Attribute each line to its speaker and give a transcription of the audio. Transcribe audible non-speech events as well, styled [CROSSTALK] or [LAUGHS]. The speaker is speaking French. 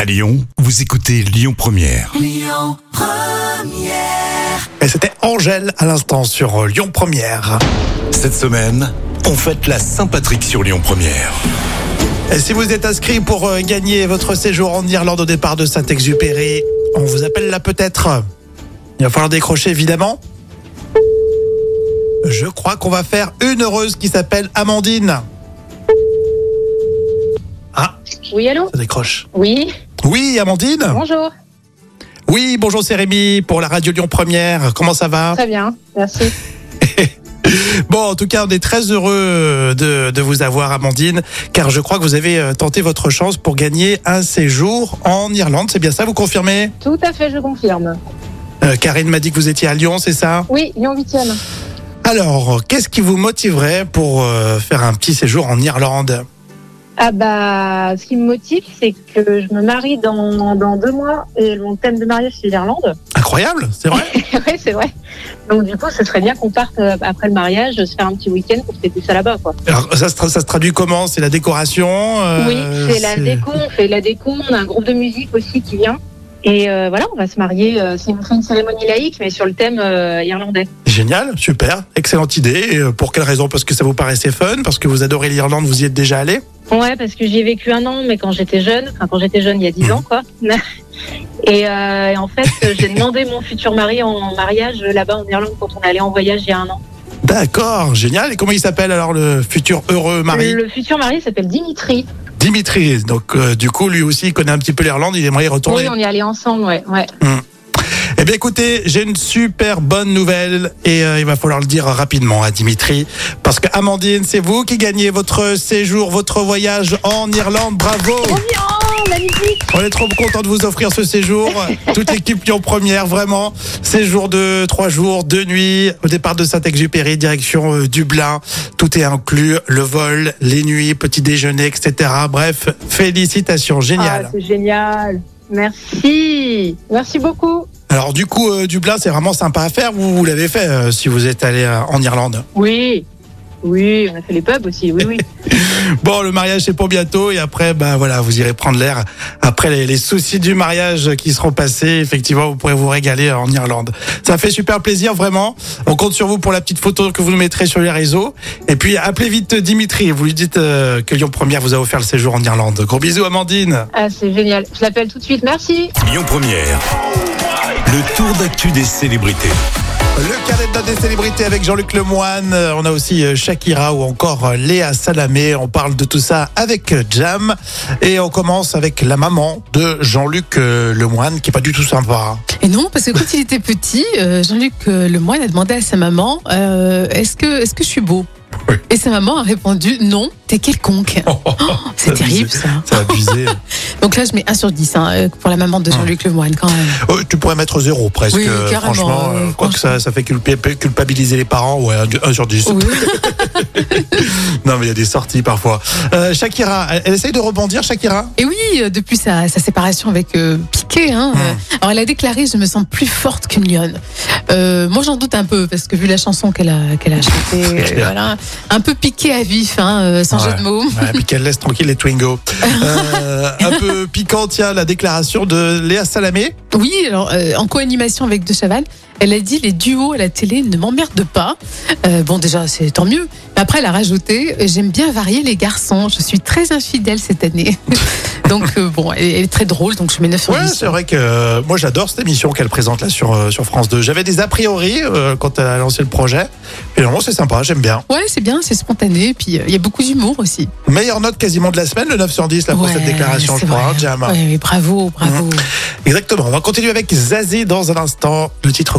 Speaker 1: À Lyon, vous écoutez Lyon Première.
Speaker 2: Et c'était Angèle à l'instant sur euh, Lyon Première.
Speaker 1: Cette semaine, on fête la Saint-Patrick sur Lyon Première.
Speaker 2: Et si vous êtes inscrit pour euh, gagner votre séjour en Irlande au départ de Saint-Exupéry, on vous appelle là peut-être. Il va falloir décrocher évidemment. Je crois qu'on va faire une heureuse qui s'appelle Amandine. Ah,
Speaker 3: Oui, allô
Speaker 2: ça décroche.
Speaker 3: Oui,
Speaker 2: Oui, Amandine.
Speaker 3: bonjour.
Speaker 2: Oui, bonjour, c'est Rémi pour la radio Lyon Première. Comment ça va
Speaker 3: Très bien, merci.
Speaker 2: Bon, en tout cas, on est très heureux euh, de, de vous avoir, Amandine, car je crois que vous avez euh, tenté votre chance pour gagner un séjour en Irlande. C'est bien ça, vous confirmez
Speaker 3: Tout à fait, je confirme.
Speaker 2: Euh, Karine m'a dit que vous étiez à Lyon, c'est ça
Speaker 3: Oui, Lyon 8e.
Speaker 2: Alors, qu'est-ce qui vous motiverait pour euh, faire un petit séjour en Irlande
Speaker 3: Ah bah, ce qui me motive, c'est que je me marie dans, dans deux mois et mon thème de mariage, c'est [LAUGHS] l'Irlande.
Speaker 2: Incroyable, c'est
Speaker 3: [LAUGHS]
Speaker 2: vrai
Speaker 3: oui, c'est vrai. Donc du coup, ce serait bien qu'on parte euh, après le mariage, se faire un petit week-end pour fêter ça là-bas, quoi.
Speaker 2: Alors, ça se, tra- ça se traduit comment C'est la décoration euh,
Speaker 3: oui, c'est la déco, on fait la déco, on a un groupe de musique aussi qui vient. Et euh, voilà, on va se marier, euh, c'est on fait une cérémonie laïque, mais sur le thème euh, irlandais.
Speaker 2: Génial, super, excellente idée. Et, euh, pour quelle raison Parce que ça vous paraissait fun Parce que vous adorez l'Irlande, vous y êtes déjà allé
Speaker 3: Ouais, parce que j'y ai vécu un an, mais quand j'étais jeune, enfin quand j'étais jeune il y a 10 ans, [LAUGHS] quoi. Et, euh, et en fait, j'ai demandé mon futur mari en mariage là-bas en Irlande quand on allait en voyage il y a un an.
Speaker 2: D'accord, génial. Et comment il s'appelle alors le futur heureux mari
Speaker 3: Le futur mari s'appelle Dimitri.
Speaker 2: Dimitri, donc euh, du coup, lui aussi, il connaît un petit peu l'Irlande, il aimerait y retourner.
Speaker 3: Oui, on y allait ensemble, ouais. ouais.
Speaker 2: Eh bien, écoutez, j'ai une super bonne nouvelle et euh, il va falloir le dire rapidement à Dimitri, parce que Amandine, c'est vous qui gagnez votre séjour, votre voyage en Irlande. Bravo
Speaker 3: Bien, Oh, magnifique.
Speaker 2: On est trop content de vous offrir ce
Speaker 3: [LAUGHS]
Speaker 2: séjour. Toute l'équipe Lyon Première, vraiment. Séjour de trois jours, deux nuits, au départ de Saint-Exupéry, direction euh, Dublin. Tout est inclus, le vol, les nuits, petit déjeuner, etc. Bref, félicitations, génial.
Speaker 3: Ah, c'est génial. Merci. Merci beaucoup.
Speaker 2: Alors du coup, euh, Dublin, c'est vraiment sympa à faire. Vous, vous l'avez fait euh, si vous êtes allé euh, en Irlande.
Speaker 3: Oui. Oui, on a fait les pubs aussi, oui, oui.
Speaker 2: Bon, le mariage c'est pour bientôt et après, bah voilà, vous irez prendre l'air après les, les soucis du mariage qui seront passés. Effectivement, vous pourrez vous régaler euh, en Irlande. Ça fait super plaisir vraiment. On compte sur vous pour la petite photo que vous nous mettrez sur les réseaux. Et puis appelez vite euh, Dimitri. et Vous lui dites euh, que Lyon Première vous a offert le séjour en Irlande. Gros bisous, Amandine.
Speaker 3: Ah, c'est génial. Je l'appelle tout de suite, merci.
Speaker 1: Lyon Première. Le tour d'actu des célébrités.
Speaker 2: Le calendrier des célébrités avec Jean-Luc Lemoine. Euh, On a aussi euh, Shakira ou encore euh, Léa Salamé. On parle de tout ça avec euh, Jam. Et on commence avec la maman de Jean-Luc euh, Lemoine, qui est pas du tout [LAUGHS] sympa. hein.
Speaker 4: Et non, parce que quand il était petit, euh, Jean-Luc euh, Lemoyne a demandé à sa maman euh, Est-ce que, est que je suis beau
Speaker 2: Oui.
Speaker 4: Et sa maman a répondu Non, t'es quelconque. Oh,
Speaker 2: Ah,
Speaker 4: C'est terrible ça.
Speaker 2: C'est abusé.
Speaker 4: Donc là, je mets 1 sur 10 hein, euh, pour la maman
Speaker 2: Ah.
Speaker 4: de Jean-Luc Lemoyne quand même.
Speaker 2: Euh, tu pourrais mettre zéro presque.
Speaker 4: Oui,
Speaker 2: euh,
Speaker 4: carrément,
Speaker 2: franchement,
Speaker 4: euh,
Speaker 2: euh, quoi que ça, ça fait culp- culpabiliser les parents. Ouais, 1 sur 10.
Speaker 4: Oui.
Speaker 2: Non, mais il y a des sorties parfois. Euh, Shakira, elle, elle essaye de rebondir, Shakira
Speaker 4: Et oui, euh, depuis sa, sa séparation avec euh, Piqué, hein, euh,
Speaker 2: Ah.
Speaker 4: alors elle a déclaré Je me sens plus forte qu'une lionne. Euh, moi, j'en doute un peu, parce que vu la chanson qu'elle a, qu'elle a chantée, euh, voilà, un peu piqué à vif, hein, euh, sans
Speaker 2: Ouais.
Speaker 4: jeu de mots.
Speaker 2: Ouais, puis qu'elle laisse tranquille les Twingo. Euh, un peu piquant, tiens, la déclaration de Léa Salamé.
Speaker 4: Oui, alors euh, en co-animation avec De Chavannes, elle a dit les duos à la télé ne m'emmerdent pas. Euh, bon, déjà, c'est tant mieux. Mais après, elle a rajouté j'aime bien varier les garçons. Je suis très infidèle
Speaker 2: [LAUGHS]
Speaker 4: cette année. donc euh, bon, elle, elle est très drôle. Donc je mets 9 sur
Speaker 2: Ouais,
Speaker 4: 10.
Speaker 2: c'est vrai que euh, moi j'adore cette émission qu'elle présente là sur, euh, sur France 2. J'avais des a priori euh, quand elle a lancé le projet. Finalement, c'est sympa, j'aime bien.
Speaker 4: Ouais, c'est bien, c'est spontané. Puis euh, il y a beaucoup d'humour aussi.
Speaker 2: Meilleure note quasiment de la semaine, le 9 sur 10 là, pour
Speaker 4: Ouais,
Speaker 2: cette déclaration, je
Speaker 4: c'est
Speaker 2: crois,
Speaker 4: vrai.
Speaker 2: hein, Jam. Mmh.
Speaker 4: Ouais, mais bravo, bravo.
Speaker 2: Exactement. On va continuer avec Zazie dans un instant. Le titre